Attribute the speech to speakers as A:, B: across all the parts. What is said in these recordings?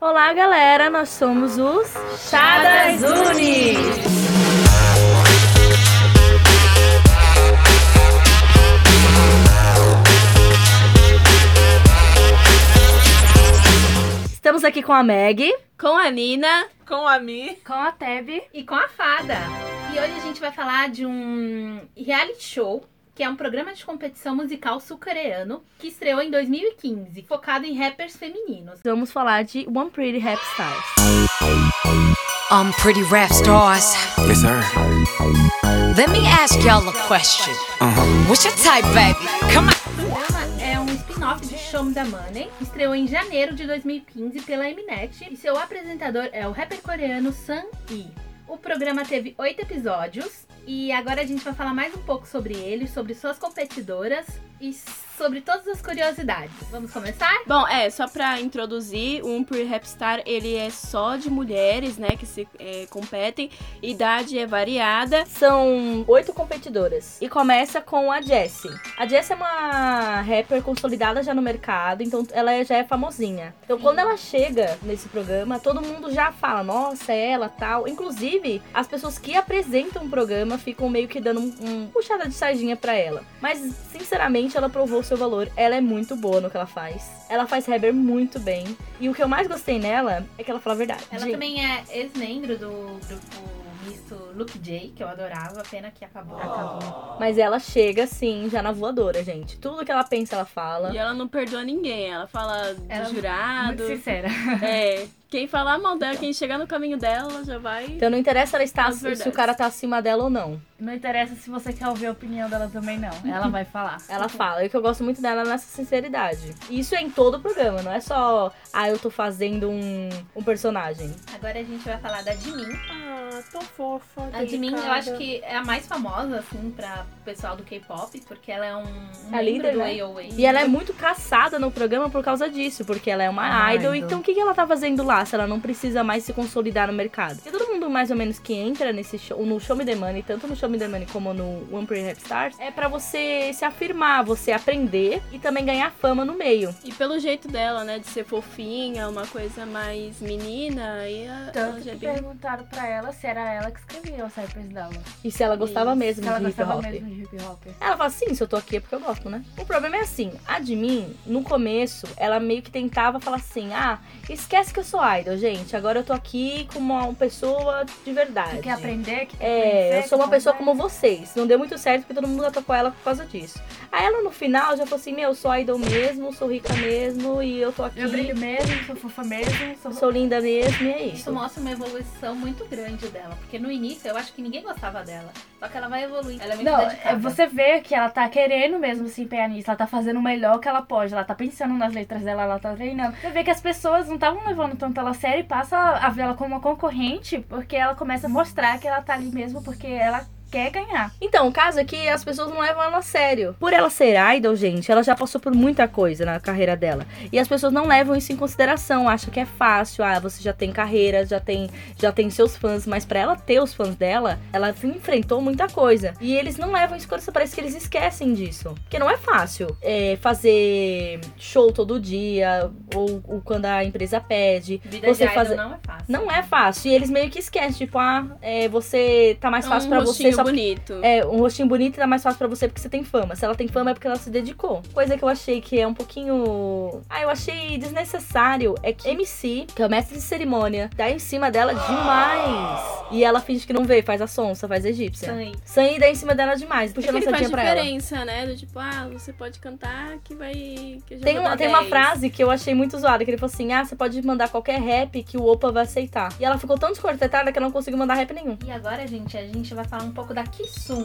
A: Olá, galera, nós somos os
B: Chadas Uni!
A: Estamos aqui com a Meg.
B: Com a Nina.
C: com a Mi.
D: com a Teb.
B: E com a Fada. E hoje a gente vai falar de um reality show, que é um programa de competição musical sul-coreano que estreou em 2015, focado em rappers femininos.
A: Vamos falar de One Pretty Rap Stars.
E: I'm pretty rap stars.
F: Yes, sir.
E: Let me ask y'all a question. What's your type, baby? Come on.
B: O programa é um spin-off de Show da Money, que estreou em janeiro de 2015 pela Mnet e seu apresentador é o rapper coreano Sun Yi. O programa teve oito episódios e agora a gente vai falar mais um pouco sobre ele, sobre suas competidoras e sobre todas as curiosidades. Vamos começar?
D: Bom, é, só pra introduzir, o Umpre Rapstar, ele é só de mulheres, né, que se é, competem. Idade é variada.
A: São oito competidoras e começa com a Jessie. A Jessie é uma rapper consolidada já no mercado, então ela é- já é famosinha. Então quando ela chega nesse programa, todo mundo já fala, nossa, é ela, tal. Inclusive, as pessoas que apresentam o programa ficam meio que dando um, um puxada de sardinha pra ela. Mas, sinceramente, ela provou seu valor. Ela é muito boa no que ela faz. Ela faz rapper muito bem. E o que eu mais gostei nela é que ela fala a verdade.
B: Ela também é ex-membro do grupo misto Luke J, que eu adorava, pena que acabou. acabou.
A: Mas ela chega, assim, já na voadora, gente. Tudo que ela pensa, ela fala.
D: E ela não perdoa ninguém. Ela fala do
B: Ela é
D: jurado.
C: Muito sincera.
D: É. Quem falar mal dela, quem chegar no caminho dela, ela já vai.
A: Então não interessa ela estar
D: É verdade.
A: se o cara tá acima dela ou não.
C: Não interessa se você quer ouvir a opinião dela também, não. Ela vai falar.
A: Ela fala. E o que eu gosto muito dela é nessa sinceridade. E isso é em todo o programa, não é só, ah, eu tô fazendo um, um personagem.
B: Agora a gente vai falar da Jimin.
C: Ah, tão fofa.
B: A Jimin, Tá eu acho que é a mais famosa, assim, pra o pessoal do K-pop, porque ela é um, um
A: A
B: membro
A: líder,
B: do
A: né?
B: AOA.
A: E ela é muito caçada no programa por causa disso, porque ela é uma
G: Ah,
C: Uma
A: idol.
C: idol.
A: Então o que que ela tá fazendo lá se ela não precisa mais se consolidar no mercado? E todo mundo mais ou menos que entra nesse show, no Show Me The Money, tanto no Show Me The Money como no One Pretty Rap Stars, é pra você se afirmar, você aprender e também ganhar fama no meio.
D: E pelo jeito dela, né, de ser fofinha, uma coisa mais menina, aí a- ela
G: Tanto
D: já é
G: que
D: bem.
G: perguntaram pra ela se era ela que escrevia os rappers dela.
A: E se ela gostava
D: Isso,
A: mesmo
G: Se ela
A: de hip
G: gostava
A: hop.
G: mesmo de hip hop.
A: Ela fala assim, se eu tô aqui é porque eu gosto, né? O problema é assim, a de mim, no começo, ela meio que tentava falar assim, ah, esquece que eu sou idol, gente. Agora eu tô aqui como uma pessoa de verdade.
G: Que quer aprender, que quer
A: É,
G: conhecer,
A: eu sou uma
G: que
A: pessoa
G: quer-
A: como vocês. Não deu muito certo porque todo mundo atacou ela por causa disso. Aí ela no final já falou assim: Meu, eu sou idol mesmo, sou rica mesmo e eu tô aqui,
G: Eu brilho mesmo, sou fofa mesmo, sou...
A: sou linda mesmo e é isso.
B: Isso mostra uma evolução muito grande dela, porque no início eu acho que ninguém gostava dela. Só que ela vai evoluindo, ela é muito
G: Não,
B: dedicada.
G: é, você vê que ela tá querendo mesmo se empenhar nisso, ela tá fazendo o melhor que ela pode, ela tá pensando nas letras dela, ela tá treinando. Você vê que as pessoas não estavam levando tanto ela a sério e passa a ver ela como uma concorrente, porque ela começa a mostrar que ela tá ali mesmo porque ela quer ganhar.
A: Então, o caso é que as pessoas não levam ela a sério. Por ela ser idol, gente, ela já passou por muita coisa na carreira dela. E as pessoas não levam isso em consideração, acham que é fácil, ah, você já tem carreira, já tem, já tem seus fãs, mas pra ela ter os fãs dela, ela enfrentou muita coisa. E eles não levam isso em consideração, parece que eles esquecem disso. Porque não é fácil é, fazer show todo dia, ou, ou quando a empresa pede.
B: Vida
A: você
B: de idol
A: fazer-
B: não é fácil.
A: Não é fácil. E eles meio que esquecem, tipo, ah, é, você tá mais
D: É
A: fácil
D: um
A: pra você
D: rostinho
A: só
D: bonito.
A: é, um rostinho bonito dá mais fácil pra você porque você tem fama. Se ela tem fama é porque ela se dedicou. Coisa que eu achei que é um pouquinho. Ah, eu achei desnecessário é que MC, que é o mestre de cerimônia, dá em cima dela demais. E ela finge que não vê, faz a sonsa, faz a egípsia.
B: Sangue.
A: Sangue dá em cima dela demais,
D: É
A: puxa
D: que
A: a
D: ele faz
A: lançadinha pra ela.
D: diferença, né? Do tipo, ah, você pode cantar que vai. Que eu já
A: Tem,
D: vou
A: uma-
D: dar
A: tem uma
D: 10.
A: frase que eu achei muito zoada, que ele falou assim: Ah, você pode mandar qualquer rap que o Opa vai aceitar. E ela ficou tão descortetada que ela não conseguiu mandar rap nenhum.
B: E agora, gente, a gente vai falar um pouco da Kisum.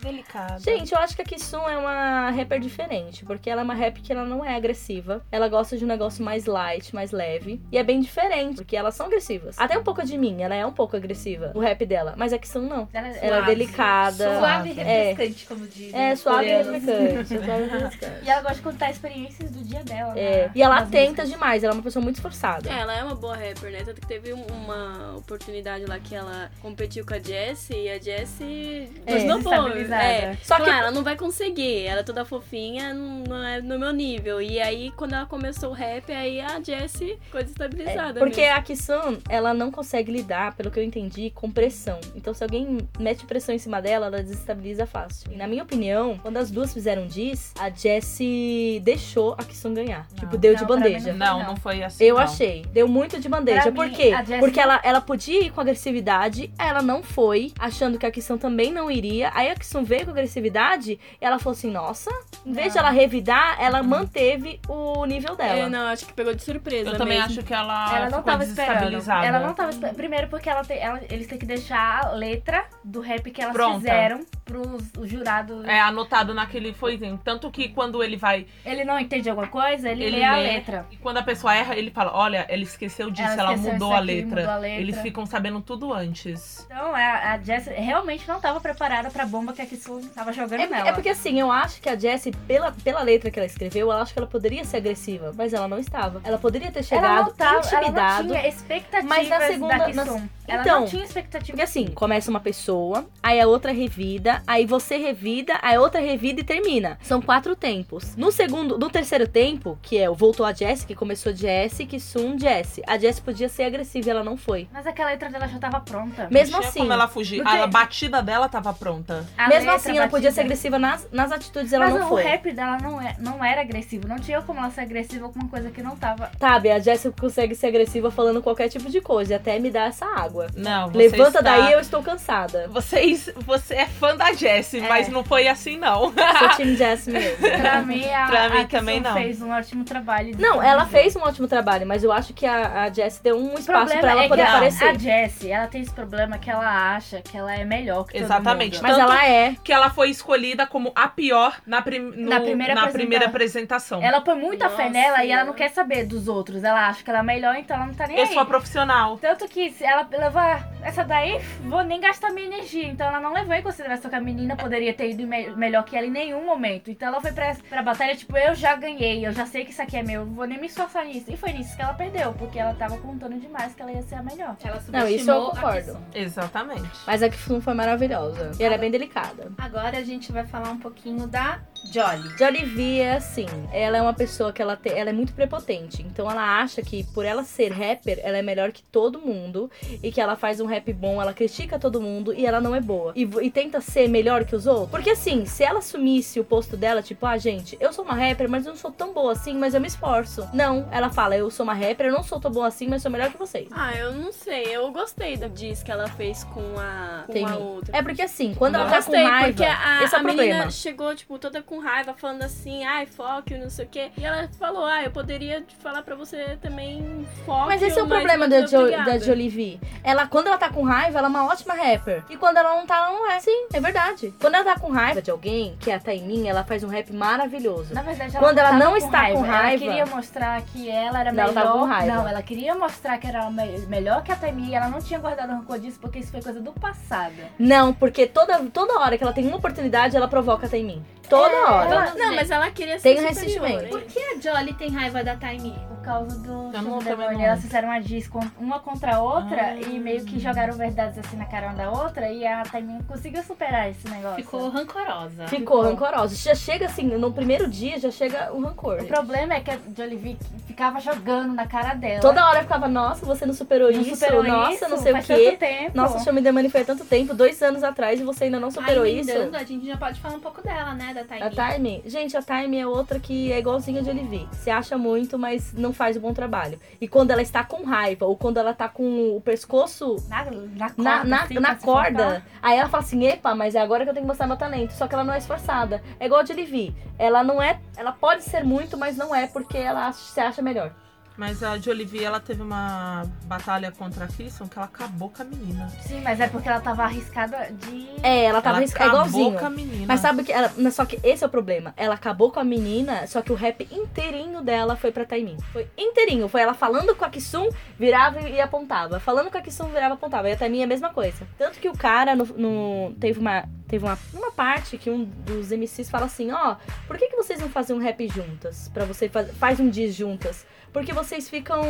C: delicada.
A: Gente, eu acho que a Kisun é uma rapper diferente, porque ela é uma rap que ela não é agressiva. Ela gosta de um negócio mais light, mais leve. E é bem diferente, porque elas são agressivas. Até um pouco de mim, ela é um pouco agressiva, o rap dela. Mas a Kisun não.
G: Ela,
A: Ela é
B: Suave.
A: delicada.
B: Suave e
A: É.
B: refrescante, como diz.
A: É, suave e refrescante. suave e refrescante.
G: E ela gosta de contar experiências do dia dela.
A: É,
G: né?
A: e ela
G: Nas
A: tenta
G: músicas.
A: demais, ela é uma pessoa muito esforçada.
D: É, ela é uma boa rapper, né? Tanto que teve um- uma oportunidade lá que ela competiu com a Jessie e a Jessie
A: É.
D: desnobou.
G: Desestabilizou sensualizada.
D: É.
A: Só
D: Só
A: que-
D: que ela não vai conseguir. Ela é toda fofinha, não não é no meu nível. E aí, quando ela começou o rap, aí a Jessie ficou desestabilizada.
A: É, Porque
D: mesmo.
A: a Kisan, ela não consegue lidar, pelo que eu entendi, com pressão. Então, se alguém mete pressão em cima dela, ela desestabiliza fácil. E na minha opinião, quando as duas fizeram diz, a Jessie deixou a Kisan ganhar. tipo, deu de
G: não, pra mim
A: bandeja.
F: Não, não foi assim.
A: Eu
F: não.
A: achei. Deu muito de bandeja.
G: Pra
A: Por
G: mim,
A: quê?
G: a Jessie-
A: Porque ela, ela podia ir com agressividade, ela não foi, achando que a Kisson também não iria. Aí a Kisson veio com agressividade e ela falou assim: nossa, em vez de ela revidar, ela manteve o nível dela.
D: É, não, acho que pegou de surpresa
F: Eu também
D: mesmo.
F: acho que ela,
G: Ela não
F: Ah, ficou
G: tava esperando.
F: desestabilizada.
G: Ela não tava esperando. Primeiro porque ela tem- ela- eles têm que deixar a letra do rap que elas
F: Pronta.
G: fizeram pros os jurados.
F: É anotado naquele foizinho. Tanto que quando ele vai.
G: Ele não entende alguma coisa, ele,
F: Ele
G: lê a
F: lê.
G: letra.
F: E quando a pessoa erra, ele fala: Olha, ela esqueceu disso, ela,
G: esqueceu
F: mudou,
G: isso
F: a
G: aqui,
F: letra.
G: mudou a letra.
F: Eles ficam sabendo tudo antes.
G: Então a, a Jess realmente não tava preparada pra bomba que a Kisu tava jogando
A: É,
G: nela.
A: é porque assim, eu acho que a Jessie, pela, pela letra que ela escreveu, ela acho que ela poderia ser agressiva, mas ela não estava. Ela poderia ter
G: ela
A: chegado
G: não tava, ela não
A: intimidado.
G: tinha expectativas
A: mas na segunda-
G: da
A: na-
G: Kisu. Ela
A: Então,
G: não tinha expectativa.
A: Porque assim, começa uma pessoa, aí a outra revida, aí você revida, aí a outra revida e termina. São quatro tempos. No segundo, no terceiro tempo, que é o voltou a Jessie, que começou Jessie, que Sun Jessie. A Jessie podia ser agressiva, e ela não foi.
G: Mas aquela letra dela já tava pronta.
A: Mesmo
F: Não tinha
A: assim,
F: como ela fugir.
A: porque-
F: A batida dela tava pronta.
G: A
A: mesmo
G: letra
A: assim, ela podia ser
G: batida.
A: agressiva nas, nas atitudes, ela
G: Mas
A: não
G: o
A: foi.
G: rap dela não, é, não era agressivo. Não tinha como ela ser agressiva com uma coisa que não tava.
A: Sabe, a Jessie consegue ser agressiva falando qualquer tipo de coisa, e até me dá essa água.
F: Não, você
A: Levanta
F: está-
A: daí, eu estou cansada.
F: Vocês, você é fã da Jessie,
A: É.
F: mas não foi assim, não.
A: Sou time Jess mesmo.
G: Pra mim, a,
F: Pra mim
G: a Kitsun
F: também não.
G: fez um ótimo trabalho. de
A: Não, ela fez um ótimo trabalho, mas eu acho que a, a Jess deu um
G: O
A: espaço
G: problema
A: pra ela
G: é
A: poder
G: que a-
A: aparecer.
G: A Jessie, ela tem esse problema que ela acha que ela é melhor que todo
F: Exatamente.
G: mundo.
A: Mas
F: Tanto
A: ela é.
F: que ela foi escolhida como a pior na, prim- no-
G: Na primeira
F: na
G: apresenta-
F: primeira apresentação.
G: Ela põe muita fé
D: Nossa
G: nela e ela não
D: Senhora.
G: quer saber dos outros. Ela acha que ela é melhor, então ela não tá nem
F: Eu
G: aí.
F: sou a profissional.
G: Tanto que se ela levar essa daí, vou nem gastar minha energia. Então ela não levou em consideração que a menina poderia ter ido me- melhor que ela em nenhum momento. Então ela foi pra, pra batalha, tipo, eu já ganhei, eu já sei que isso aqui é meu, não vou nem me esforçar nisso. E foi nisso que ela perdeu, porque ela tava contando demais que ela ia ser a melhor.
B: Ela
A: Não, isso eu
B: subestimou a
A: concordo.
B: Kissung.
F: Exatamente.
A: Mas a Kifun foi maravilhosa. E ela é bem delicada.
B: Agora a gente vai falar um pouquinho da Jolly.
A: De Olivia, assim, ela é uma pessoa que ela, te- ela é muito prepotente. Então ela acha que por ela ser rapper, ela é melhor que todo mundo. E que ela faz um rap bom, ela critica todo mundo e ela não é boa. E, vo- e tenta ser melhor que os outros. Porque assim, se ela assumisse o posto dela, tipo, ah, gente, eu sou uma rapper, mas eu não sou tão boa assim, mas eu me esforço. Não, ela fala, eu sou uma rapper, eu não sou tão boa assim, mas sou melhor que vocês.
D: Ah, eu não sei. Eu gostei da diz que ela fez com a, com
A: Temi.
D: a outra.
A: É porque assim, quando
F: Não.
A: ela tá com
D: gostei,
A: raiva,
D: porque a,
A: esse é o
D: a
A: problema.
D: menina chegou, tipo, toda com raiva, falando assim, ai, foco, não sei o quê. E ela falou, ah, eu poderia te falar pra você também foco.
A: Mas esse é o problema da, jo da Jolivie. Ela, quando ela tá com raiva, ela é uma ótima rapper. E quando ela não tá, ela não é. Sim, é verdade. Quando ela tá com raiva de alguém, que é a Taimin, ela faz um rap maravilhoso.
G: Na verdade, ela
A: Quando ela
G: tava
A: não está com
G: Ela
A: raiva-
G: queria mostrar que ela era
A: Não, ela
G: melhor.
A: tava com raiva.
G: Não, ela queria mostrar que era me- melhor que a Tammy e ela não tinha guardado rancor disso porque isso foi coisa do passado.
A: Não, porque toda, toda hora que ela tem uma oportunidade, ela provoca a Taimin. Toda hora.
G: É, ela-
D: Não, mas ela queria ser
A: Tem um
D: superior,
A: ressentimento.
B: Por
D: hein?
B: que a Jolly tem raiva da Taimi?
G: Por causa do
F: Então, Eu não
G: show do
F: também
G: demônio,
F: não.
G: elas fizeram uma diz com- uma contra a outra
F: Ah.
G: e meio que jogaram verdades assim na cara uma da outra e a Taimin conseguiu superar esse negócio.
B: Ficou rancorosa.
A: Ficou rancorosa. Já chega assim, no primeiro dia já chega o rancor.
G: O problema é que a Jolie ficava jogando na cara dela.
A: Toda hora eu ficava, nossa, você não superou
G: é Não
A: isso,
G: superou
A: nossa,
G: isso,
A: não sei o
G: faz
A: quê.
G: tanto tempo.
A: Nossa, o Show Me The Money foi há tanto tempo, dois anos atrás, e você ainda não superou
B: Aí,
A: isso.
B: emendando, a gente já pode falar um pouco dela, né, da Taimi.
A: A Time, gente, a Time é outra que é igualzinha de Olivia. Se acha muito, mas não faz um bom trabalho. E quando ela está com raiva, ou quando ela tá com o pescoço
G: Na, na corda.
A: na, na,
G: assim,
A: na
G: pra se
A: corda,
G: soltar.
A: aí ela fala assim: epa, mas é agora que eu tenho que mostrar meu talento. Só que ela não é esforçada. É igual a de Olivia. Ela não é. Ela pode ser muito, mas não é porque ela acha- se acha melhor.
F: Mas a Jolivie, ela teve uma batalha contra a Kirsten que ela acabou com a menina.
G: Sim, mas é porque ela tava arriscada de.
A: É, ela tava
F: ela
A: arrisca- é igualzinho.
F: acabou com a menina.
A: Mas sabe que ela, não, só que esse é o problema. Ela acabou com a menina, só que o rap inteirinho dela foi pra Taimin. Foi inteirinho, foi ela falando com a Kisum, virava e apontava. Falando com a Kisum, virava e apontava. E a Taimin é a mesma coisa. Tanto que o cara no, no- teve uma teve uma, uma parte que um dos MCs fala assim, ó, por que, que vocês não fazem um rap juntas? Pra você faz, faz um dia juntas. Porque vocês ficam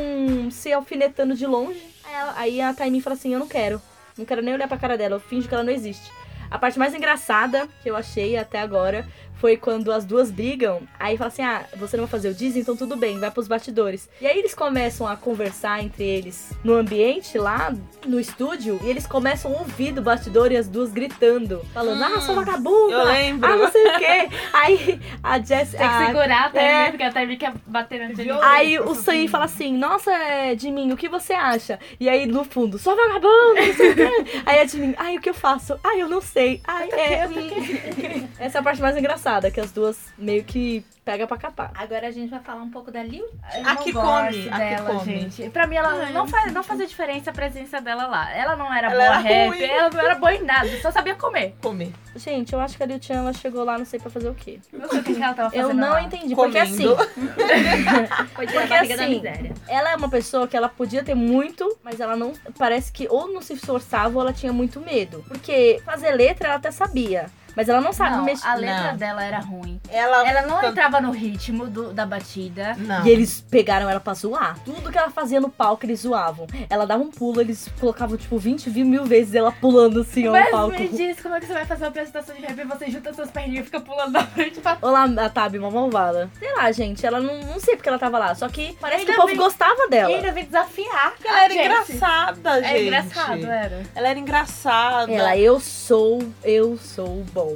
A: se alfinetando de longe. Aí, ela- aí a Taimin fala assim, eu não quero. Não quero nem olhar pra cara dela, eu finjo que ela não existe. A parte mais engraçada que eu achei até agora foi quando as duas brigam. Aí fala assim: ah, você não vai fazer o Diz? Então tudo bem, vai pros bastidores. E aí eles começam a conversar entre eles no ambiente lá no estúdio. E eles começam a ouvir do bastidor e as duas gritando, falando: ah, sou vagabunda.
F: Eu lembro.
A: Ah, não sei o quê. Aí a Jess.
G: Tem que
A: a-
G: segurar a Tammy,
A: é.
G: porque a Tammy quer bater na Jennifer.
A: Aí o Sam fala assim, nossa, é, Jimin, o que você acha? E aí, no fundo, só vagabundo, não sei o quê. Aí a Jimin, ai, o que eu faço? Ai, eu não sei. Ai, é... hum." Essa é a parte mais engraçada, que as duas meio que pega pra capar.
B: Agora a gente vai falar um pouco da Liu.
G: Eu não
F: A que
G: gosto
F: come, a que
G: dela,
F: come.
G: gente. Pra mim, ela
D: Ah, eu
G: não, faz, não fazia diferença a presença dela lá. Ela não era
F: Ela
G: boa
F: era
G: rapper,
F: ruim.
G: ela não era boa em nada, só sabia comer.
F: Comer.
A: Gente, eu acho que a Liu Chan, ela chegou lá, não sei pra fazer o quê.
G: Não sei o que que ela tava fazendo
A: Eu não
G: lá.
A: entendi, porque assim,
F: Comendo.
B: Foi tirar a
A: Porque
B: barriga da
A: assim,
B: miséria.
A: ela é uma pessoa que ela podia ter muito, mas ela não. Parece que ou não se esforçava ou ela tinha muito medo. Porque fazer letra ela até sabia. Mas ela não sabe
G: Não,
A: mexer.
G: a letra
F: Não.
G: dela era ruim.
F: Ela,
G: Ela não
F: can-
G: entrava no ritmo do- da batida.
F: Não.
A: E eles pegaram ela pra zoar. Tudo que ela fazia no palco, eles zoavam. Ela dava um pulo, eles colocavam, tipo, 20 mil vezes ela pulando assim ó, no
G: Mas
A: palco.
G: me diz como é que você vai fazer uma apresentação de rap e você junta suas perninhas e fica pulando da frente pra
A: Olá, a Tab, uma malvada. Sei lá, gente, ela não, não sei porque ela tava lá. Só que parece que o
G: Ainda
A: povo
G: bem-
A: gostava
G: E
A: dela.
G: ainda vem desafiar.
F: Ela
G: a
F: Ah, era
G: Ah, gente.
F: engraçada, gente.
G: É engraçado, era.
F: Ela era engraçada.
A: Ela, é eu sou, eu sou bom.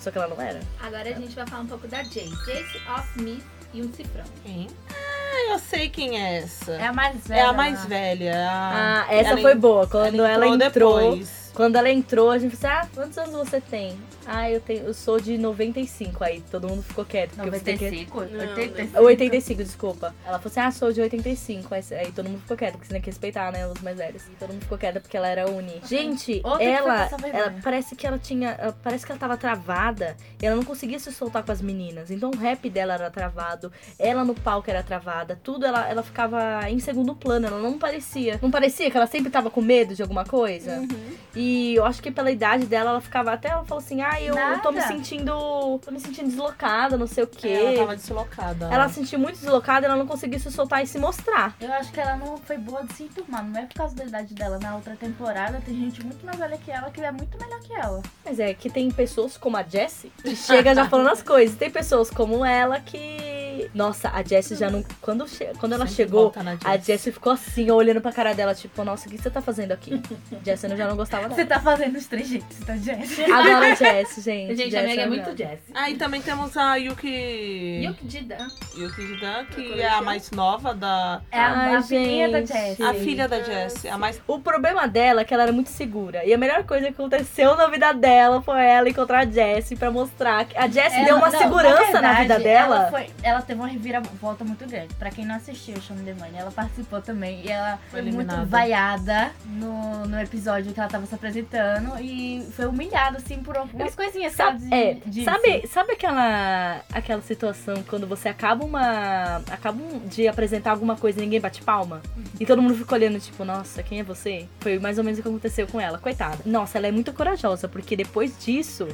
A: Só que ela não era.
B: Agora a gente vai falar um pouco da Jace. Jace of Me e um cifrão.
F: Quem? Ah, eu sei quem é essa.
G: É a mais velha.
F: É a mais
G: lá.
F: velha. a-
A: Ah, essa
F: ela
A: foi
F: en-
A: boa. Quando ela entrou.
F: Depois.
A: Quando ela entrou, a gente pensou, ah, quantos anos você tem? Ah, eu tenho. Eu sou de 95. Aí todo mundo ficou quieto. Porque você tem que
G: 95? 85?
A: 85, desculpa. Ela falou assim: ah, sou de 85. Aí, aí todo mundo ficou quieto, porque você tem que respeitar, né? Os mais velhos. E todo mundo ficou quieto porque ela era uni. Gente,
G: Outra que foi né?
A: ela,
G: passar vergonha.
A: ela. Parece que ela tinha. ela- Parece que ela tava travada. E ela não conseguia se soltar com as meninas. Então o rap dela era travado. Ela no palco era travada. Tudo ela, ela ficava em segundo plano. Ela não parecia. Não parecia que ela sempre tava com medo de alguma
D: né?
A: coisa?
G: Hum.
A: E eu acho que pela idade dela, ela ficava até. Ela falou assim: ah, eu, eu tô me
G: Nada. É,
A: sentindo. tô me sentindo deslocada, não sei o quê.
F: É, Ela tava deslocada.
A: Ela se sentiu muito deslocada, ela não conseguiu se soltar e se mostrar.
G: Eu acho que ela não foi boa de se enturmar, não é por causa da idade dela. Na outra temporada tem gente muito mais velha que ela que é muito melhor que ela.
A: Mas é que tem pessoas como a Jessie que chega já falando as coisas. Tem pessoas como ela que. Nossa, a Jessie já não. Quando, che- Quando ela
F: Sempre
A: chegou,
F: volta na
A: a Jessie ficou assim, olhando pra cara dela, tipo, nossa, o que você tá fazendo aqui? Jessie eu já não gostava
G: Você
A: dela.
G: tá fazendo os três jeitos, tá, Jess?
A: Adoro a Jessie, gente.
B: Gente,
A: Jessie
B: a Meg é
A: maravilhosa.
B: muito Jace.
F: Aí Ah, também temos a Yuki.
B: E o que te dá?
F: Yuki Jidan, que
D: Yuki
F: é a
D: Jidan.
F: mais nova da.
G: É a,
A: Ai,
G: a filhinha da
A: gente.
G: Jess.
F: A
A: Sim.
F: filha da Jessie. A mais.
A: O problema dela é que ela era muito segura. E a melhor coisa que aconteceu na vida dela foi ela encontrar a Jessie pra mostrar. que A Jessie
G: Ela-
A: deu uma
G: não,
A: segurança na,
G: verdade,
A: vida dela.
G: Ela, foi- ela teve uma reviravolta muito grande. Pra quem não assistiu o Show Me The Money, ela participou também. E ela
F: Foi
G: foi muito
F: eliminada.
G: vaiada no, no episódio que ela tava se apresentando. E foi humilhada, assim, por algumas coisinhas. que ela
A: Sabe,
G: di-
A: é,
G: disse.
A: sabe, sabe aquela, aquela situação quando você acaba uma. acaba um- de apresentar alguma coisa e ninguém bate palma? E todo mundo fica olhando, tipo, nossa, quem é você? Foi mais ou menos o que aconteceu com ela, coitada. Nossa, ela é muito corajosa, porque depois disso,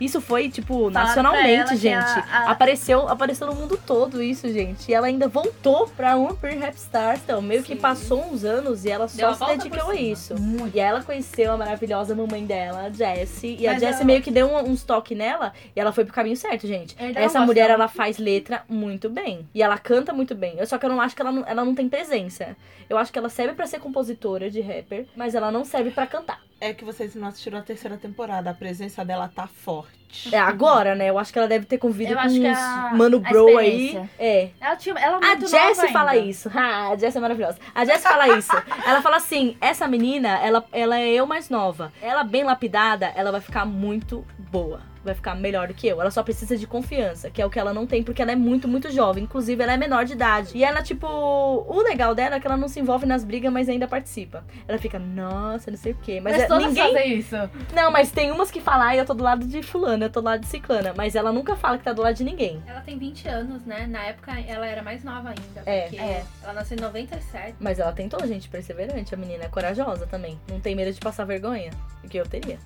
A: isso foi, tipo,
G: pra ela
A: nacionalmente,
G: que
A: gente.
G: a- a-
A: Apareceu, apareceu no mundo todo isso, gente. E ela ainda voltou pra um Pure Rap Star, então meio que
D: Sim.
A: passou uns anos e ela só
B: Deu a
A: se
B: volta por
A: dedicou a
B: cima.
A: isso.
G: Muito.
A: E aí ela conheceu a maravilhosa mamãe dela, a Jessie. E a
G: Mas
A: Jessie
G: ela-
A: meio que deu um, uns toques nela e ela foi pro caminho certo, gente.
G: Eu ainda não
A: Essa
G: gosto
A: mulher,
G: dela.
A: ela faz letra muito bem. E ela canta muito bem. Eu, só que eu não acho que ela não, ela não tem presença. Eu acho que ela serve pra ser compositora de rapper, mas ela não serve pra cantar.
F: É que vocês não assistiram a terceira temporada. A presença dela tá forte.
A: É agora, né? Eu acho que ela deve ter convido
G: Eu
A: com
G: acho que
A: uns
G: a-
A: mano
G: a
A: bro aí.
G: experiência.
A: É.
G: Ela, tinha, ela é
A: A
G: muito nova
A: Jessie fala
G: ainda.
A: isso. Ah, a Jessie é maravilhosa. A Jessie fala isso. Ela fala assim: essa menina, ela, ela é eu mais nova. Ela bem lapidada, ela vai ficar muito boa. Vai ficar melhor do que eu. Ela só precisa de confiança, que é o que ela não tem, porque ela é muito, muito jovem. Inclusive, ela é menor de idade. E ela, tipo, o legal dela é que ela não se envolve nas brigas, mas ainda participa. Ela fica, nossa, não sei o quê. Mas,
G: Mas
A: é-
G: todas
A: ninguém
G: fazem isso.
A: não, mas tem umas que falam, ah, eu tô do lado de fulano, eu tô do lado de ciclana. Mas ela nunca fala que tá do lado de ninguém.
B: Ela tem 20 anos, né? Na época ela era mais nova ainda.
A: É,
B: porque
G: é.
B: ela nasceu em 97.
A: Mas ela tentou, gente, perseverante. A menina é corajosa também. Não tem medo de passar vergonha. O que eu teria.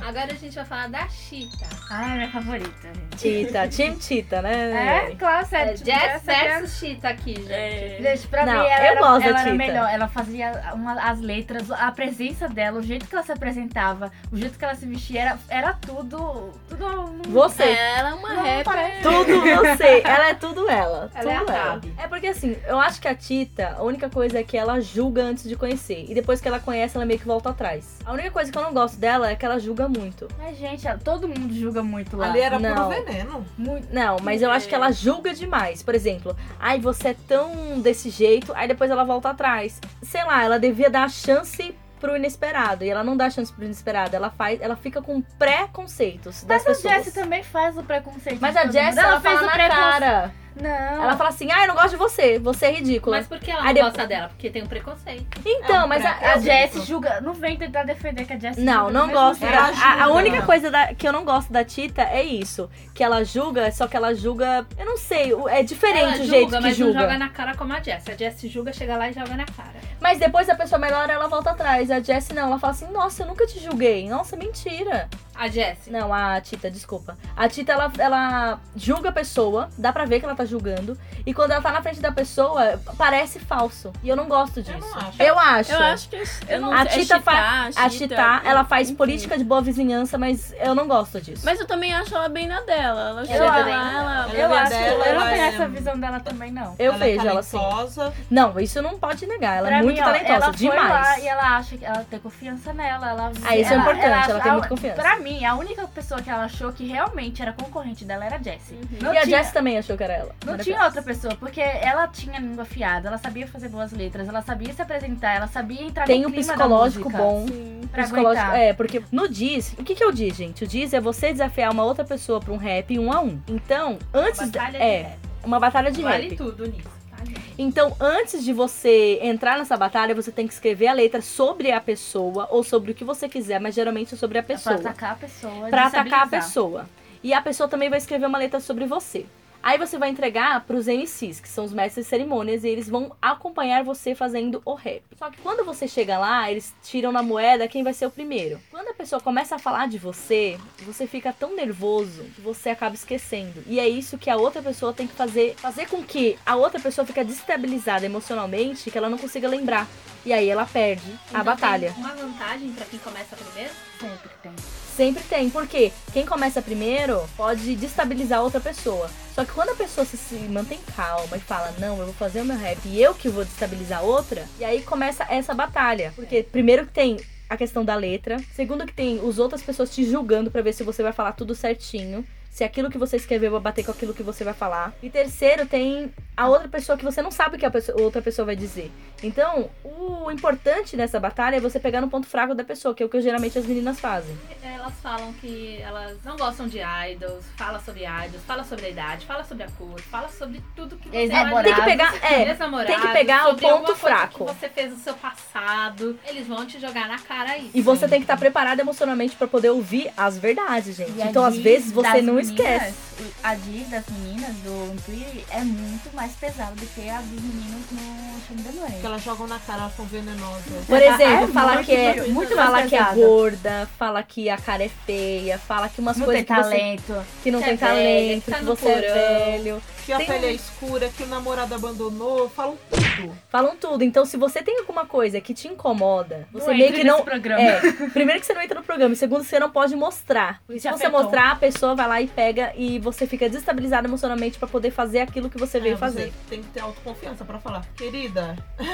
B: Agora a gente vai falar da Cheetah.
G: Ai, minha favorita, gente.
A: Tita, Team Tita, né?
G: É, claro, sério.
B: É
G: tipo,
B: Jess
G: essa criança-
B: versus Cheetah aqui, gente.
D: É.
G: Gente, pra
A: Não,
G: mim ela,
A: eu
G: era,
A: gosto da
G: ela era
A: Tita.
G: melhor. Ela fazia uma- as letras, a presença dela, o jeito que ela se apresentava, o jeito que ela se vestia, era, era tudo. Tudo. um-
A: Você.
D: Ela é uma
G: não
D: rapper.
G: parece-
A: Tudo você. Ela é tudo ela.
B: Ela é a
A: tudo
B: Gabi.
A: É porque assim, eu acho que a Tita, a única coisa é que ela julga antes de conhecer. E depois que ela conhece, ela meio que volta atrás. A única coisa que eu não gosto dela é que ela julga muito.
G: Mas, gente, ela- todo mundo julga muito lá.
F: Ali era
A: Não.
F: puro veneno.
A: Muito- Não, mas eu acho que ela julga demais. Por exemplo, ai, você é tão desse jeito, aí depois ela volta atrás. Sei lá, ela devia dar a chance pro inesperado. E ela não dá chance pro inesperado. Ela faz, ela fica com preconceitos das
G: Mas a
A: pessoas.
G: Jessie também faz o preconceito.
A: Mas
G: de
A: a
G: todo
A: Jess,
G: mundo.
A: ela,
G: fez
A: fala
G: o
A: na
G: preconceito.
A: cara.
G: Não.
A: Ela fala assim, ah, eu não gosto de você, você é ridícula.
B: Mas por que ela
A: Aí
B: não
A: depois-
B: gosta dela? Porque tem um preconceito.
A: então, mas a,
G: A Jess julga. Não vem tentar defender que a Jess
A: Não,
G: julga do
A: não
G: mesmo
A: gosto.
G: assim jeito.
A: dela. A, a
F: julga.
A: única coisa da- que eu não gosto da Tita é isso. Que ela julga, só que ela julga. Eu não sei, o- é
B: ela
A: diferente o
B: julga,
A: jeito que
B: mas não joga
A: julga.
B: na cara como a Jess. A Jess julga, chega lá e joga na cara.
A: Mas depois a pessoa melhora, ela volta atrás. A Jessie não, ela fala assim: Nossa, eu nunca te julguei. Nossa, mentira.
B: A Jess.
A: Não, a Tita, desculpa. A Tita, ela, ela julga a pessoa, dá pra ver que ela tá julgando. E quando ela tá na frente da pessoa, parece falso. E eu não gosto disso.
F: não acho.
A: Eu acho.
D: Eu acho que. Eu não
A: A
D: sei,
A: Tita
D: é
A: fa-
D: Chita,
A: A Tita, ela faz
D: enfim.
A: política de boa vizinhança, mas eu não gosto disso.
D: Mas eu também acho ela bem na dela. Ela chega
G: acho-
D: lá, ela.
F: é ela-
G: Eu
F: Ela é
G: acho.
F: dela,
G: Eu não
F: ela
G: tenho
F: é-
G: essa visão dela também, não.
A: eu
F: é
A: vejo ela assim.
F: talentosa.
A: Não, isso não pode negar. Ela
G: Pra
A: é muito
G: mim, ó,
A: talentosa,
G: ela
A: demais.
G: Foi lá e ela acha que ela tem confiança nela. Ela,
A: Ah, isso é importante, ela tem
G: a-
A: muita confiança.
G: Pra mim, a única pessoa que ela achou que realmente era concorrente dela era a Jessie. Não
A: Uhum. E a
G: tinha-
A: Jess também né, achou que era ela.
G: Não
A: Mas
G: tinha
A: depois-
G: outra pessoa, porque ela tinha língua afiada, ela sabia fazer boas letras, ela sabia se apresentar, ela sabia entrar
A: Tem
G: no
A: um
G: clima da
A: psicológico
G: música
A: bom.
G: Pra
A: psicológico-
G: aguentar.
A: É, porque no Diz, o que, que é o Diz, gente? O Diz é você desafiar uma outra pessoa pra um rap um a um. Então, antes. da-
B: Batalha
A: é,
B: de rap.
A: uma batalha de
B: Vale
A: rap.
B: tudo nisso. tá, Vale.
A: Então, antes de você entrar nessa batalha, você tem que escrever a letra sobre a pessoa ou sobre o que você quiser, mas geralmente é sobre a
G: Pra
A: pessoa.
G: atacar a pessoa.
A: Pra atacar a
G: desestabilizar.
A: pessoa. E a pessoa também vai escrever uma letra sobre você. Aí você vai entregar pros MCs, que são os mestres de cerimônias, e eles vão acompanhar você fazendo o rap. Só que quando você chega lá, eles tiram na moeda quem vai ser o primeiro. Quando a pessoa começa a falar de você, você fica tão nervoso que você acaba esquecendo. E é isso que a outra pessoa tem que fazer, fazer com que a outra pessoa fica destabilizada emocionalmente, que ela não consiga lembrar. E aí ela perde a
B: Então,
A: batalha.
B: tem Uma vantagem pra quem começa primeiro.
G: Sempre que tem.
A: Sempre tem, porque quem começa primeiro pode destabilizar outra pessoa. Só que quando a pessoa se, se mantém calma e fala, não, eu vou fazer o meu rap e eu que vou destabilizar a outra, e aí começa essa batalha. Porque primeiro que tem a questão da letra, segundo que tem os outras pessoas te julgando pra ver se você vai falar tudo certinho. Se aquilo que você escreveu vai bater com aquilo que você vai falar. E terceiro, tem a outra pessoa que você não sabe o que a pessoa- outra pessoa vai dizer. Então, o importante nessa batalha é você pegar no ponto fraco da pessoa, que é o que geralmente as meninas fazem.
B: Elas falam que elas não gostam de idols, fala sobre idols, fala sobre a idade, fala sobre a cor, fala sobre tudo que você
G: Ex-namorados.
A: Tem que pegar, é,
B: Ex-namorados,
A: tem que pegar o
B: sobre alguma
A: ponto
B: coisa
A: fraco.
B: Que você fez no seu passado. Eles vão te jogar na cara isso.
A: e você tem que estar preparado emocionalmente pra poder ouvir as verdades, gente.
G: E a
A: então, às
G: diz
A: vezes, você
G: das
A: não
G: meninas,
A: esquece.
G: o- A diz das meninas do Twitter é muito mais pesada do que a dos meninos no filme da
F: Porque
G: Noite.
F: elas jogam na cara, tá elas são venenosas.
A: Por exemplo, falar
G: muito,
A: que é,
G: muito, muito
A: falar
G: mais
A: que é
G: pesado.
A: gorda, fala que a cara é feia, fala que umas
G: Não
A: coisas
G: tem
A: que, você,
G: talento.
A: que não
B: que
A: tem
B: é velha,
A: talento,
B: que tá
A: que
B: no
A: você é
B: porão.
A: velho.
F: Que a
A: Tem
F: pele
A: um-
F: é escura, que o namorado abandonou, falam tudo.
A: Falam tudo. Então, se você tem alguma coisa que te incomoda, você
C: Não
A: meio
C: entre
A: que não.
C: nesse programa.
A: É, primeiro que você não entra no programa, e segundo, você não pode mostrar. Porque se
C: Te
A: você
C: afetou.
A: mostrar, a pessoa vai lá e pega e você fica destabilizado emocionalmente pra poder fazer aquilo que você veio
F: É,
A: fazer.
F: Você tem que ter autoconfiança pra falar. Querida,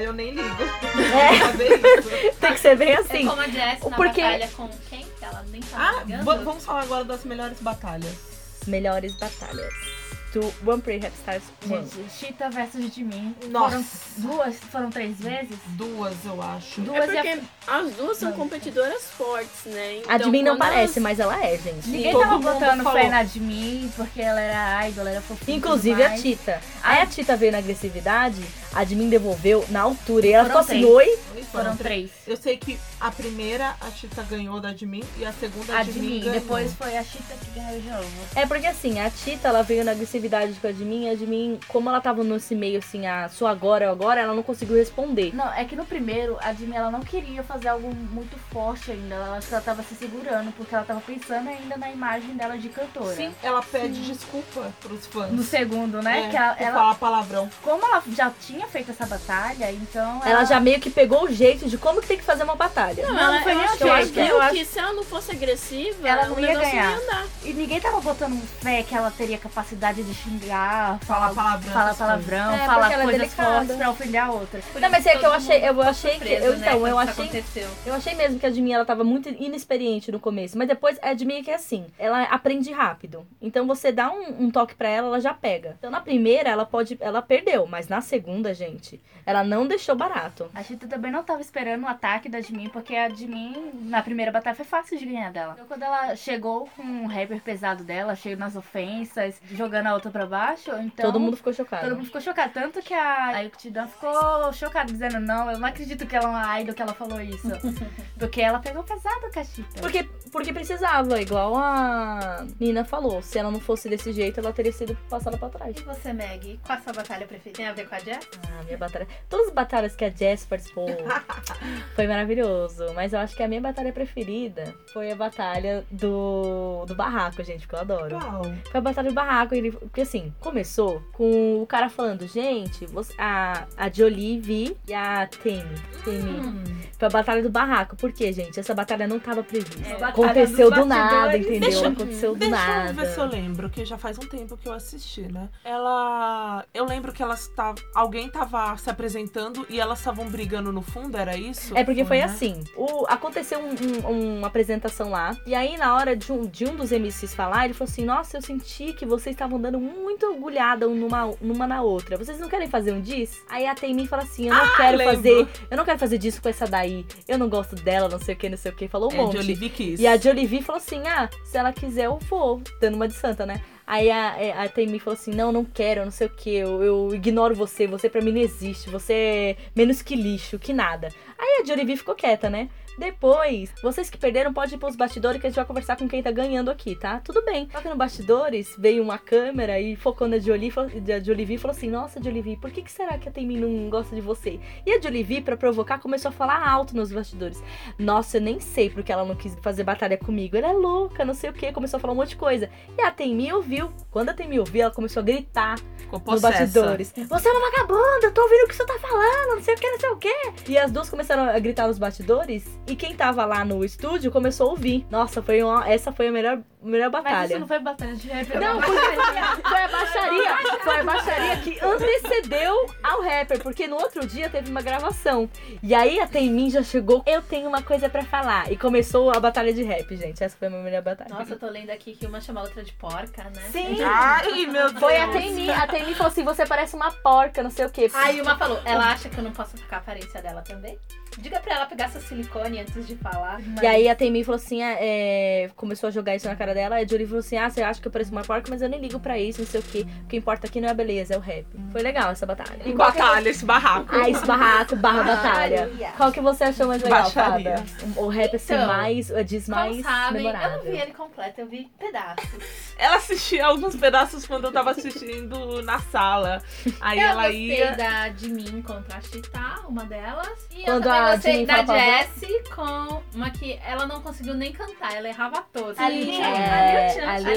F: eu nem ligo.
A: É.
F: Fazer isso.
A: Tem que ser bem
B: É
A: assim.
B: como a Jess na
A: Porque-
B: batalha com quem? Que ela nem tá
F: Ah,
B: jogando.
F: va- vamos falar agora das melhores batalhas.
A: Melhores batalhas do One Pre Rap Stars 1.
G: Gente, Cheetah versus Jimin.
F: Nossa.
G: Foram duas, foram três vezes?
F: Duas, eu acho.
G: Duas
D: É
G: e a-
D: porque as duas são
G: Não.
D: competidoras fortes, né? Então,
A: A Admin não
D: quando elas-
A: parece, mas ela é, gente.
G: Ninguém
F: Todo
G: tava
F: mundo
G: botando fé
F: falou.
G: na Jimin, porque ela era idol, era fofinha. e tudo
A: Inclusive a
G: mais.
A: Tita. Aí a Tita veio na agressividade, a Admin devolveu na altura. E ela ficou
G: Foram
A: assim,
G: três.
A: oi?
F: Oi, três?
C: Foram três.
F: Eu sei que a primeira a Chita ganhou da Admin e a segunda a
C: A
F: Admin,
C: de mim.
F: ganhou.
C: Depois foi a Chita que ganhou de novo.
A: É porque assim, a Tita, ela veio na agressividade com a Admin, a Admin, como ela tava nesse meio assim, a só agora, eu agora, ela não conseguiu responder.
C: Não, é que no primeiro, a Jimmy ela não queria fazer algo muito forte ainda. Ela, acho que ela tava se segurando, porque ela tava pensando ainda na imagem dela de cantora.
F: Sim, ela pede desculpa pros fãs.
C: No segundo, né?
F: É,
C: que ela,
F: por
C: ela-
F: falar palavrão.
C: como ela já tinha feito essa batalha, então.
A: Ela já meio que pegou o jeito de como que tem que fazer uma batalha.
D: Não,
C: Não,
D: ela,
C: não foi
D: eu
C: nem
D: acho que
C: ok,
D: ela viu
C: eu acho-
D: que se ela não fosse agressiva,
C: Ela não
D: o
C: ia
D: negócio
C: ganhar.
D: não ia andar.
C: E ninguém tava botando fé que ela teria capacidade de xingar, falar
F: Falar palavrão.
C: Fala
F: essas coisas.
C: palavrão,
A: É,
C: fala
A: porque ela é
C: coisas
A: delicada.
C: fortes pra ofender a outra.
A: Não, mas é que eu achei, eu achei
B: Surpresa,
A: que eu,
B: né,
A: então,
B: quando
A: eu
B: isso
A: achei
B: aconteceu.
A: Eu achei mesmo que a Admin ela tava muito inexperiente no começo, mas depois a Admin é que é assim, ela aprende rápido. Então você dá um, um toque pra ela, ela já pega. Então na primeira ela pode, ela perdeu, mas na segunda, gente, ela não deixou barato.
C: A Chita também não tava esperando o ataque da Jimin, porque a Jimin, na primeira batalha, foi fácil de ganhar dela. Então, quando ela chegou com um rapper pesado dela, cheio nas ofensas, jogando a outra pra baixo, então...
A: Todo mundo ficou chocado.
C: Todo mundo ficou chocado, tanto que a Ayukidan ficou chocada, dizendo, não, eu não acredito que ela é uma idol, que ela falou isso. Porque ela pegou pesado com a Chita.
A: Porque, porque precisava, igual a Nina falou. Se ela não fosse desse jeito, ela teria sido passada pra trás.
B: E você, Meg? Qual a sua batalha preferida? Tem a ver com a Jess?
A: Ah, minha batalha. Todas as batalhas que a Jess participou foi maravilhoso. Mas eu acho que a minha batalha preferida foi a batalha do, do barraco, gente, que eu adoro.
F: Uau.
A: Foi a batalha do barraco. Ele, porque assim, começou com o cara falando, gente, você- a, a Jolie Vi e a Temi. Temi.
F: Hum.
A: Foi a batalha do barraco. Por quê, gente? Essa batalha não tava prevista.
C: É, batalha
A: Aconteceu do
C: dos
A: nada,
C: bastidores.
A: entendeu?
F: Deixa-
A: Aconteceu do
F: Deixa
A: nada.
F: eu ver se eu lembro, que já faz um tempo que eu assisti, né? Ela. Eu lembro que elas estavam. Alguém tava se apresentando e elas estavam brigando no fundo, era isso?
A: É porque foi
F: né?
A: assim. o- aconteceu um- um- uma apresentação lá. E aí, na hora de um, de um dos MCs falar, ele falou assim: Nossa, eu senti que vocês estavam dando muito orgulhada um numa, numa na outra. Vocês não querem fazer um diss? Aí a Taimi fala assim: Eu não quero
F: Ah, lembro.
A: fazer. Eu não quero fazer disso com essa daí. Eu não gosto dela, não sei o que, não sei o que. Falou um
F: É, de
A: monte.
F: Olivia Kiss.
A: E a Jolivie falou assim: ah, se ela quiser, eu vou. Dando uma de santa, né? Aí a, é, a Taimi falou assim: não, não quero, não sei o que, eu, eu ignoro você, você pra mim não existe, você é menos que lixo, que nada. Aí a Jolivie ficou quieta, né? Depois, vocês que perderam podem ir pros bastidores que a gente vai conversar com quem tá ganhando aqui, tá? Tudo bem. Só que no bastidores veio uma câmera e focou na Jolie, falou- da Jolivie e falou assim: Nossa, Jolivie, por que, que será que a Taimi não gosta de você? E a Jolivie, pra provocar, começou a falar alto nos bastidores. Nossa, eu nem sei porque ela não quis fazer batalha comigo. Ela é louca, não sei o que. Começou a falar um monte de coisa. E a Temi ouviu. Quando a Temi ouviu, ela começou a gritar
F: Ficou
A: nos
F: possessa.
A: bastidores. Você é uma vagabunda, eu tô ouvindo o que você tá falando, não sei o que, não sei o que. E as duas começaram a gritar nos bastidores. E quem tava lá no estúdio começou a ouvir. Nossa, foi uma- essa foi a melhor, melhor
C: Mas isso
A: batalha.
C: não foi batalha de rapper.
A: Não, porque foi a baixaria, foi a baixaria que antecedeu ao rapper, porque no outro dia teve uma gravação. E aí a Temin já chegou, eu tenho uma coisa pra falar. E começou a batalha de rap, gente. Essa foi a minha melhor batalha.
B: Nossa, eu tô lendo aqui que uma chama a outra de porca, né?
A: Sim!
F: Ai, meu Deus.
A: Foi a Temin, a Temin falou assim, você parece uma porca, não sei o quê.
B: Aí uma falou, ela acha que eu não posso ficar a aparência dela também? Diga pra ela pegar seu silicone antes de falar.
A: E aí a Temin falou assim, ah, é, começou a jogar isso na cara dela, a Julie falou assim, ah, você acha que eu pareço uma porca, mas eu nem ligo pra isso, não sei o quê. O que importa aqui não é a beleza, é o rap. Foi legal essa batalha.
F: Em batalha, esse barraco.
A: Ah, esse barraco, barra batalha.
B: Batalha.
A: Qual que você achou mais legal,
F: Baixaria.
A: Fada? O rap assim
B: Então,
A: mais, o diz mais
B: Como sabem, eu não vi
A: memorável.
B: ele completo, eu vi pedaços.
F: Ela assistia alguns pedaços quando eu tava assistindo na sala. Aí
B: eu
F: ela
B: gostei
F: ia.
B: da de mim contra a Chita, uma delas. E
A: Quando
B: eu também
A: a
B: gostei
A: Jimin
B: da
A: fala pra-
B: Jessie com uma que ela não conseguiu nem cantar, ela errava todas.
C: Ali,
A: É,
C: ali, ali,
A: ali eu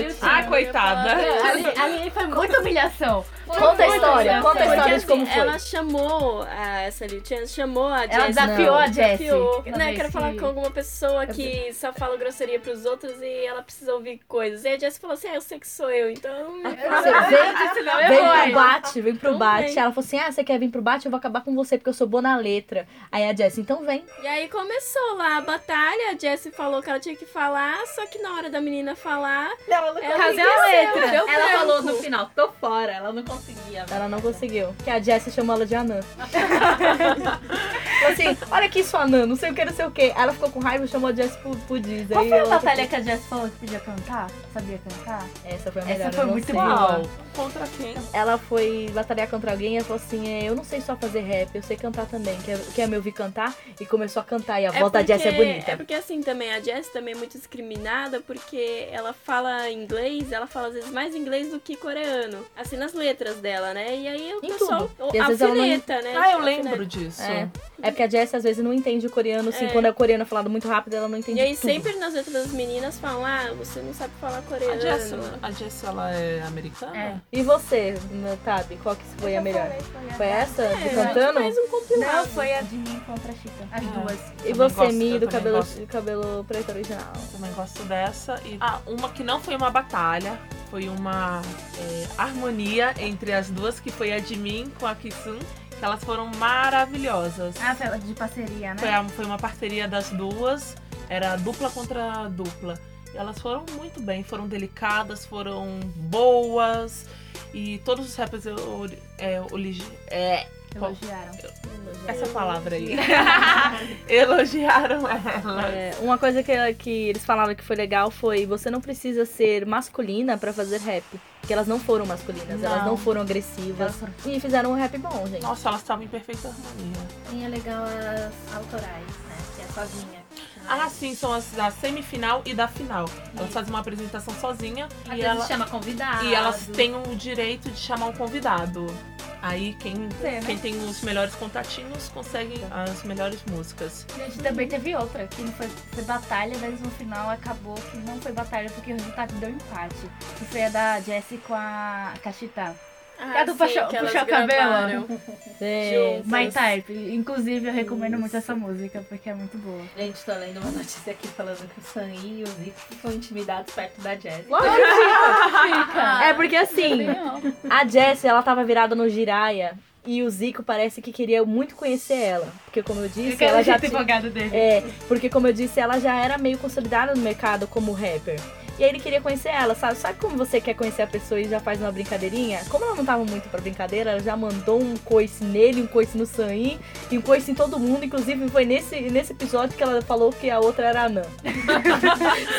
C: o
A: tinha-
F: Ah,
C: Tchan.
F: coitada.
C: Ali, ali foi muita humilhação.
A: Ah, Conta a
D: Foi,
A: história,
D: foi,
A: conta a
D: foi.
A: história de
D: Porque,
A: como
D: assim,
A: foi.
D: Ela chamou a, essa Liu Chan, chamou a Jessie.
C: Ela desafiou
A: Não,
C: a Jessie.
D: Desafiou.
C: Uma
D: Né,
C: vez
D: quero
C: que-
D: falar com alguma pessoa que só fala grosseria pros outros e ela precisa ouvir coisas. E a Jessie falou assim: ah, eu sei que sou eu, então.
A: Você vem,
C: Senão
A: Ah, tá vem
C: eu
A: pro
C: vou.
A: bate, vem pro
D: Tudo
A: bate.
D: bem.
A: Ela falou assim: Ah, você quer vir pro bate? Eu vou acabar com você, porque eu sou boa na letra. Aí a Jess, então vem.
D: E aí começou lá a batalha, a Jessie falou que ela tinha que falar, só que na hora da menina falar,
F: Ela não-
D: ela
C: Cadê a
D: esqueceu,
C: letra?
D: deu
B: Ela
D: branco.
B: falou no final, tô fora, ela não conseguia.
A: Ela não conseguiu. Porque a Jess chamou ela de Anã. falou assim: olha aqui sua Nan, não sei o que, não sei o que. Aí ela ficou com raiva e chamou a Jess pro, pro Diz.
G: Qual
A: Aí
G: foi a
A: ela-
G: batalha que a Jess falou que podia cantar? Sabia cantar?
A: Essa foi a
G: Essa
A: melhor.
G: foi
A: eu não
G: muito
A: sei.
F: Uau. tipo, ah, Contra quem?
A: Ela foi batalhar contra alguém e ela falou assim: é, eu não sei só fazer rap, eu sei cantar também. é, Quer, quer me ouvir cantar? E começou a cantar. E a voz da Jess é
D: porque-
A: bonita.
D: É porque assim também, a Jess também é muito discriminada porque ela fala inglês, ela fala às vezes mais inglês do que coreano. Assim nas letras dela, né? E aí o
A: Em
D: pessoal
A: tudo. E às vezes ela não-
D: alfineta, né?
F: Ah, eu
D: Alfineta.
F: lembro disso.
A: É. É porque a Jess às vezes não entende o coreano, assim,
D: É.
A: quando é o coreano falado muito rápido, ela não entende.
D: E aí
A: tudo.
D: sempre nas letras das meninas falam, ah, você não sabe falar
F: A
D: coreano.
F: Jess, a Jess, ela é americana?
G: É.
A: E você, né, Tabi, qual que foi a melhor? Foi essa?
D: É,
A: do
D: a gente
A: Tá cantando?
D: faz um compilado.
G: Não, foi a de mim contra a Chica. As
F: Ah.
G: duas.
A: E
F: Também
A: você,
F: gosto,
A: Mi,
F: eu
A: do
F: também
A: cabelo,
F: gosto.
A: do cabelo preto original.
F: Também gosto dessa. E... Ah, uma que não foi uma batalha, foi uma é, harmonia entre as duas, que foi a de mim com a Kisun, que elas foram maravilhosas.
G: Ah, foi a de parceria, né?
F: Foi, a- foi uma parceria das duas, era dupla contra dupla. E elas foram muito bem, foram delicadas, foram boas. E todos os rappers eu, é, oligi- é, qual-
G: Elogiaram.
F: essa palavra aí. Elogiaram ela.
A: É, uma coisa que, ela- que eles falaram que foi legal foi você não precisa ser masculina pra fazer rap. Porque elas não foram masculinas, elas
F: Não.
A: não foram agressivas.
G: Elas foram-
A: E fizeram um rap bom, gente.
F: Nossa, elas estavam em perfeita harmonia.
B: E é legal as autorais, né? Que é sozinha.
F: Ah, sim, são as da semifinal e da final. Elas fazem uma apresentação sozinha
B: Às
F: e,
B: vezes
F: ela,
B: chama convidado.
F: e elas têm o direito de chamar um convidado. Aí quem,
G: É, né?
F: quem tem os melhores contatinhos consegue as melhores músicas.
G: Gente, também teve outra, que não foi, foi batalha, mas no final acabou que não foi batalha porque o resultado deu empate. Que foi a da Jessie com a Cachita.
D: Ah,
G: Cadu puxou-
D: que elas
G: puxou o cabelo.
D: gravaram.
A: Gente,
G: My Type. Inclusive, eu recomendo muito essa música porque é muito boa.
B: Gente, tô lendo uma notícia aqui falando que o Sam e o Zico são intimidados perto da Jess.
G: Ah,
A: É porque assim, a Jessie, ela tava virada no Jiraya e o Zico parece que queria muito conhecer ela. Porque como eu disse, ela já tinha...
G: advogado dele.
A: É, porque como eu disse, ela já era meio consolidada no mercado como rapper. E aí ele queria conhecer ela, sabe? Sabe como você quer conhecer a pessoa e já faz uma brincadeirinha? Como ela não tava muito pra brincadeira, ela já mandou um coice nele, um coice no Sain e um coice em todo mundo. Inclusive, foi nesse, nesse episódio que ela falou que a outra era a Nan.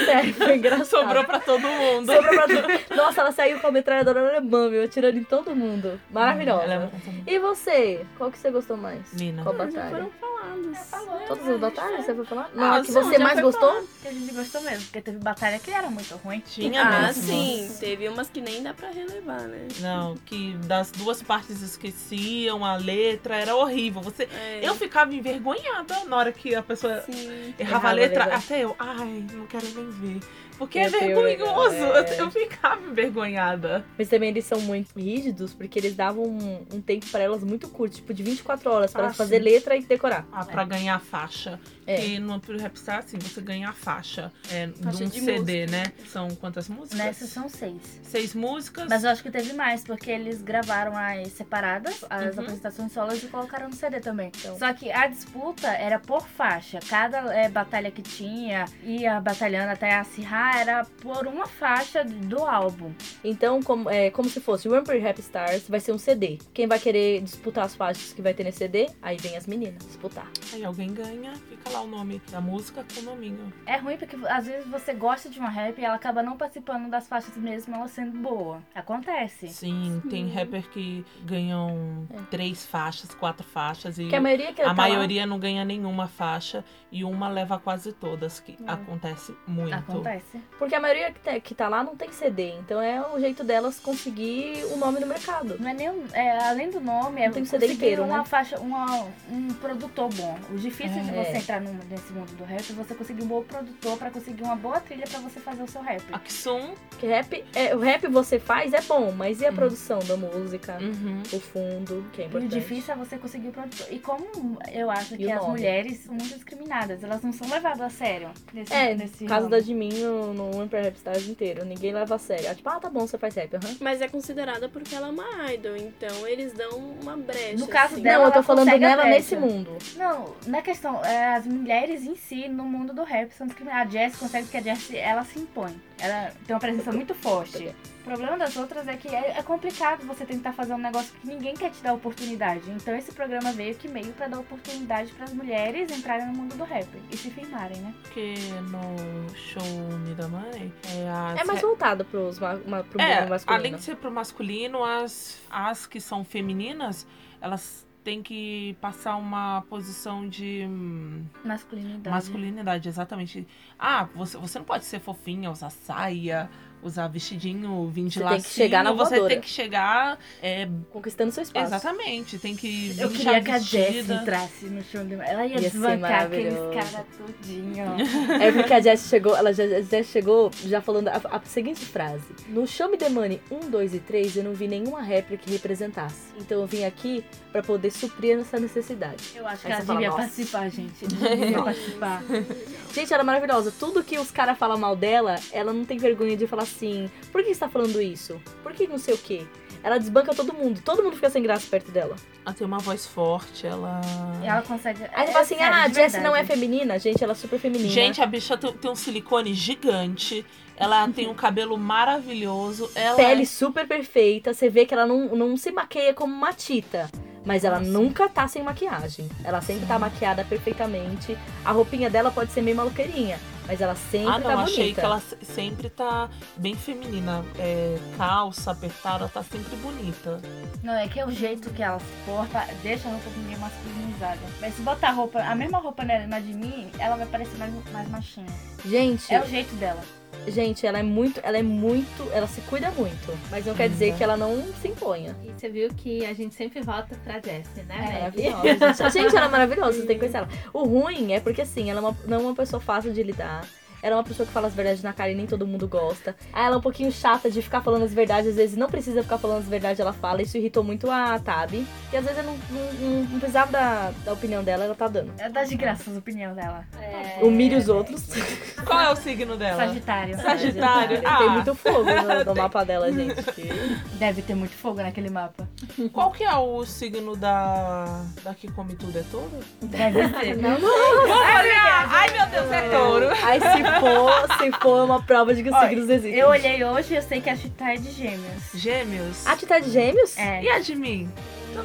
A: Sério, foi engraçado.
F: Sobrou pra todo mundo.
A: Sobrou pra tu. Nossa, ela saiu com a metralhadora alemã, meu, atirando em todo mundo. Maravilhosa.
F: Ela é-
A: E você? Qual que você gostou mais?
F: Mina.
A: Qual
D: Já
A: batalha?
D: foram falados.
A: Todas as batalhas você foi falar? Não,
F: Ah,
A: a que
F: são,
A: você
F: já
A: mais
F: foi
A: gostou?
G: Que a gente gostou mesmo, porque teve batalha que era muito ruim.
F: Tinha
D: Ah,
F: mesmo.
D: sim. Teve umas que nem dá pra relevar, né?
F: Não, que das duas partes esqueciam a letra, era horrível. Você,
D: É,
F: eu ficava envergonhada na hora que a pessoa
D: sim.
F: errava
A: Errava
F: a
A: a
F: letra,
A: letra.
F: até eu, ai, não quero nem ver. Porque é
A: Eu tenho
F: vergonhoso,
A: vergonha, é.
F: eu, eu ficava envergonhada.
A: Mas também eles são muito rígidos, porque eles davam um, um tempo pra elas muito curto, tipo de 24 horas, pra
F: Ah,
A: elas fazer
F: sim.
A: letra e decorar.
F: Ah, pra ganhar a faixa.
A: É.
F: Porque no Pro Rapstar, assim, você ganha a faixa, é, de
D: Faixa
F: um
D: de
F: CD, né? São quantas músicas?
G: Nessa são seis.
F: Seis músicas.
G: Mas eu acho que teve mais, porque eles gravaram as separadas, as
F: Uhum.
G: apresentações solas e colocaram no CD também.
A: Então.
G: Só que a disputa era por faixa. Cada eh, batalha que tinha, ia batalhando até acirrar, era por uma faixa do álbum.
A: Então, como, é, como se fosse o Rampart Rap Stars, vai ser um CD. Quem vai querer disputar as faixas que vai ter nesse CD? Aí vem as meninas disputar.
F: Aí alguém ganha, fica lá o nome da música com o nominho.
G: É ruim porque às vezes você gosta de uma rap e ela acaba não participando das faixas mesmo ela sendo boa. Acontece.
F: Sim, tem rapper que ganham três faixas, quatro faixas e
A: Porque a maioria que
F: a
A: tá lá-
F: maioria não ganha nenhuma faixa e uma leva quase todas, que
A: Hum.
F: acontece muito.
G: Acontece.
A: Porque a maioria que tá, que tá lá não tem CD. Então é o jeito delas conseguir o nome no mercado.
G: Não é nem um- é, além do nome, é
A: Não tem CD
G: conseguir
A: inteiro,
G: uma
A: né?
G: faixa, uma- um produtor bom. O difícil de
A: É.
G: você entrar no- nesse mundo do rap é você conseguir um bom produtor pra conseguir uma boa trilha pra você fazer o seu rap.
A: Ah,
F: A Kisum,
A: Porque rap, é, o rap você faz é bom, mas e a produção da música?
F: uhum.
A: O fundo, que é
G: E o
A: importante.
G: difícil é você conseguir o produtor. E como eu acho
A: E
G: que
A: o
G: as
A: nome?
G: mulheres são muito discriminadas, elas não são levadas a sério nesse,
A: É,
G: nesse
A: no caso
G: ramo.
A: da de mim no, no Emperor Rap Stars inteiro. Ninguém leva a sério. É tipo, ah, tá bom, você faz rap, aham.
D: Mas é considerada porque ela é uma idol, então eles dão uma brecha.
G: No caso
D: assim.
G: dela,
A: Não, eu tô
G: ela
A: falando
G: consegue a
A: nela
G: brecha.
A: nesse mundo.
G: Não, eh, na questão, é, as mulheres em si, no mundo do rap, são discriminadas. A Jess consegue, porque a Jess, ela se compõe. Ela tem uma presença muito forte. O problema das outras é que é, é complicado você tentar fazer um negócio que ninguém quer te dar oportunidade. Então esse programa veio que meio pra dar oportunidade pras mulheres entrarem no mundo do rap e se firmarem, né?
F: Porque no show Me Da Money, é as
A: É mais voltado pros, ma- ma- pro
F: É,
A: mundo masculino.
F: além de ser pro masculino, as, as que são femininas, elas têm que passar uma posição de hum,
G: Masculinidade.
F: masculinidade, exatamente. Ah, você, você não pode ser fofinha, usar saia, usar vestidinho, vir de
A: Você tem que
F: lacinho.
A: chegar na
F: você
A: voadora.
F: tem que chegar... é,
A: Conquistando seu espaço.
F: exatamente, tem que
G: Eu
F: vir
G: queria
F: já
G: que a Jessie
F: vestida.
G: entrasse no show de... Ela ia,
A: Ia ser
G: desbancar aqueles
A: maravilhoso.
G: caras tudinho.
A: É porque a Jess chegou, ela já, a Jess chegou já falando a, a seguinte frase. No Show Me The Money 1, 2 e 3, eu não vi nenhuma réplica que representasse. Então eu vim aqui pra poder suprir essa necessidade.
G: Eu acho que
A: Aí
G: ela
A: você fala,
G: devia
A: "Nossa."
G: participar, gente. Ela devia participar.
A: Gente, ela é maravilhosa. Tudo que os caras falam mal dela, ela não tem vergonha de falar assim, por que você tá falando isso? Por que não sei o quê? Ela desbanca todo mundo. Todo mundo fica sem graça perto dela.
F: Ela tem uma voz forte, ela...
G: E ela consegue...
A: Aí você
B: tipo
G: é
A: fala assim,
G: sério,
A: ah, a
G: de
A: Jess
G: verdade.
A: não é feminina. Gente, ela é super feminina.
F: Gente, a bicha tem, tem um silicone gigante, ela tem um cabelo maravilhoso, ela é.
A: pele super perfeita. Você vê que ela não, não se maqueia como uma tita. Mas ela nunca tá sem maquiagem. Ela sempre tá maquiada perfeitamente. A roupinha dela pode ser meio maluqueirinha. Mas ela sempre
F: Ah, não,
A: tá bonita.
F: achei que ela se- sempre tá bem feminina. É, calça, apertada, tá sempre bonita.
G: Não, é que é o jeito que ela se porta, deixa a roupa meio masculinizada. Mas se botar a roupa, a mesma roupa nela e na de mim, ela vai parecer mais, mais machinha.
A: Gente,
G: É o jeito dela.
A: gente, ela é muito, ela é muito, ela se cuida muito. Mas não quer dizer que ela não se imponha.
B: E você viu que a gente sempre volta pra Jessie, né?
A: É
B: Maggie?
A: maravilhosa. gente. gente, ela é maravilhosa, você tem que conhecer ela. O ruim é porque, assim, ela é uma- não é uma pessoa fácil de lidar. Ela é uma pessoa que fala as verdades na cara e nem todo mundo gosta. Ah, Ela é um pouquinho chata de ficar falando as verdades, às vezes não precisa ficar falando as verdades, ela fala. Isso irritou muito a Tabi. E às vezes eu não, não- não- não precisava da, da opinião dela, ela tá dando.
G: Ela dá de graça É a opinião dela.
A: Humilha os outros.
F: Qual é o signo dela?
G: Sagitário.
F: Sagitário.
A: Tem
F: Ah,
A: muito fogo no, no mapa dela, gente. que-
G: Deve ter muito fogo naquele mapa.
F: qual que é o signo da, da que come tudo é touro?
G: Deve ter.
F: Ai, meu Deus, é touro.
A: Aí se for, se for uma prova de que os
G: Olha,
A: signos existem.
G: Eu olhei hoje e eu sei que a Chitai é de gêmeos.
F: Gêmeos.
A: A Titã Ah, tá de Gêmeos?
G: É.
F: E a de mim?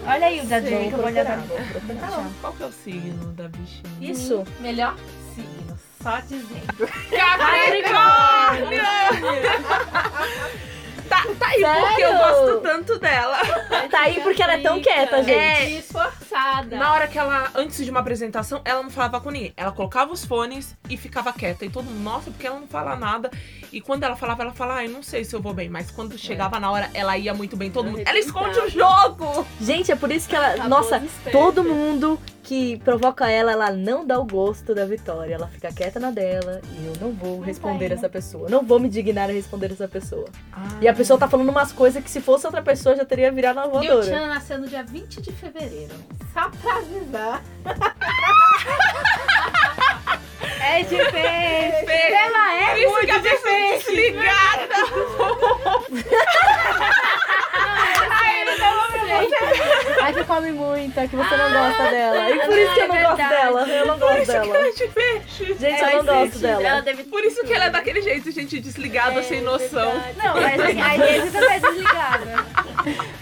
G: Olha aí o da
A: Vou
G: Jane que eu vou olhar
A: procurar,
G: da
A: vou procurar.
F: Tá bom. Qual que é o signo da bichinha?
A: Isso.
B: Melhor signo, só dizendo.
F: Capricórnio! tá, tá aí porque eu
A: Sério?
F: gosto tanto dela.
A: Tá aí porque ela é tão quieta, gente.
B: É, esforçada.
F: Na hora que ela, antes de uma apresentação, ela não falava com ninguém. Ela colocava os fones e ficava quieta. E todo mundo, nossa, porque ela não fala nada. E quando ela falava, ela falava, ai, não sei se eu vou bem. Mas quando chegava na hora, ela ia muito bem. Todo mundo, É. ela esconde o jogo!
A: Gente, é por isso que ela.
D: Acabou
A: nossa,
D: de ser.
A: todo mundo que provoca ela, ela não dá o gosto da vitória. Ela fica quieta na dela e eu não vou responder
D: né?
A: essa pessoa. Não vou me dignar a responder essa pessoa.
F: Ah.
A: E a pessoa tá falando umas coisas que se fosse outra pessoa já teria virado uma
B: E o
A: voadora.
B: Tchan nasceu no dia 20 de fevereiro. Só pra avisar.
G: É de peixe. Ela é
F: Por isso que a pessoa é desligada!
A: A que come muito, a que você não gosta dela. E por isso que eu Ah, não é gosto dela. Eu não gosto dela.
F: Gente, peixe.
A: Gente, eu não gosto dela.
F: é Por isso que ela é daquele jeito, gente,
D: É
F: desligada, sem noção.
G: Não, mas a Jane também é desligada.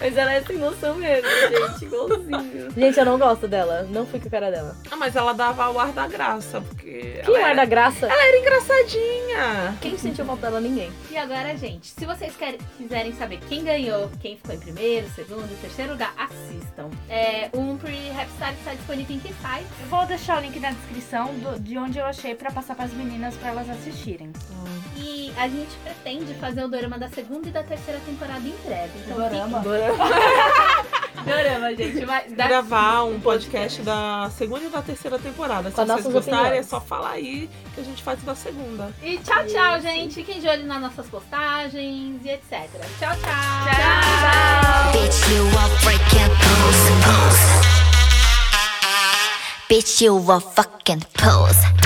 D: Mas ela é sem noção mesmo, gente. Igualzinho.
A: Gente, eu não gosto dela. Não fui com a cara dela.
F: Ah, mas ela dava o ar da graça, porque.
A: Que
F: ela
A: ar da graça.
F: Ela era engraçadinha.
A: é Quem sentiu falta dela? Ninguém.
B: E agora, gente, se vocês querem- quiserem saber quem ganhou, quem ficou em primeiro, segundo e terceiro lugar, assistam. É, um pre Rapstar está disponível em que site?
G: Eu vou deixar o link na descrição do- de onde eu achei pra passar pras meninas pra elas assistirem.
B: E a gente pretende fazer o dorama da segunda e da terceira temporada em breve. Então, fiquem- Dorama, gente. Mas da-
F: gravar um podcast da segunda e da terceira temporada. Se
A: Com as
F: vocês
A: nossas
F: gostarem, é
A: opiniões.
F: só falar aí que a gente faz da segunda.
B: E tchau, tchau, gente. Fiquem de olho nas nossas postagens e etc. Tchau, tchau.
H: Bitch, you a freaking pose. pose. Bitch, you a fucking pose.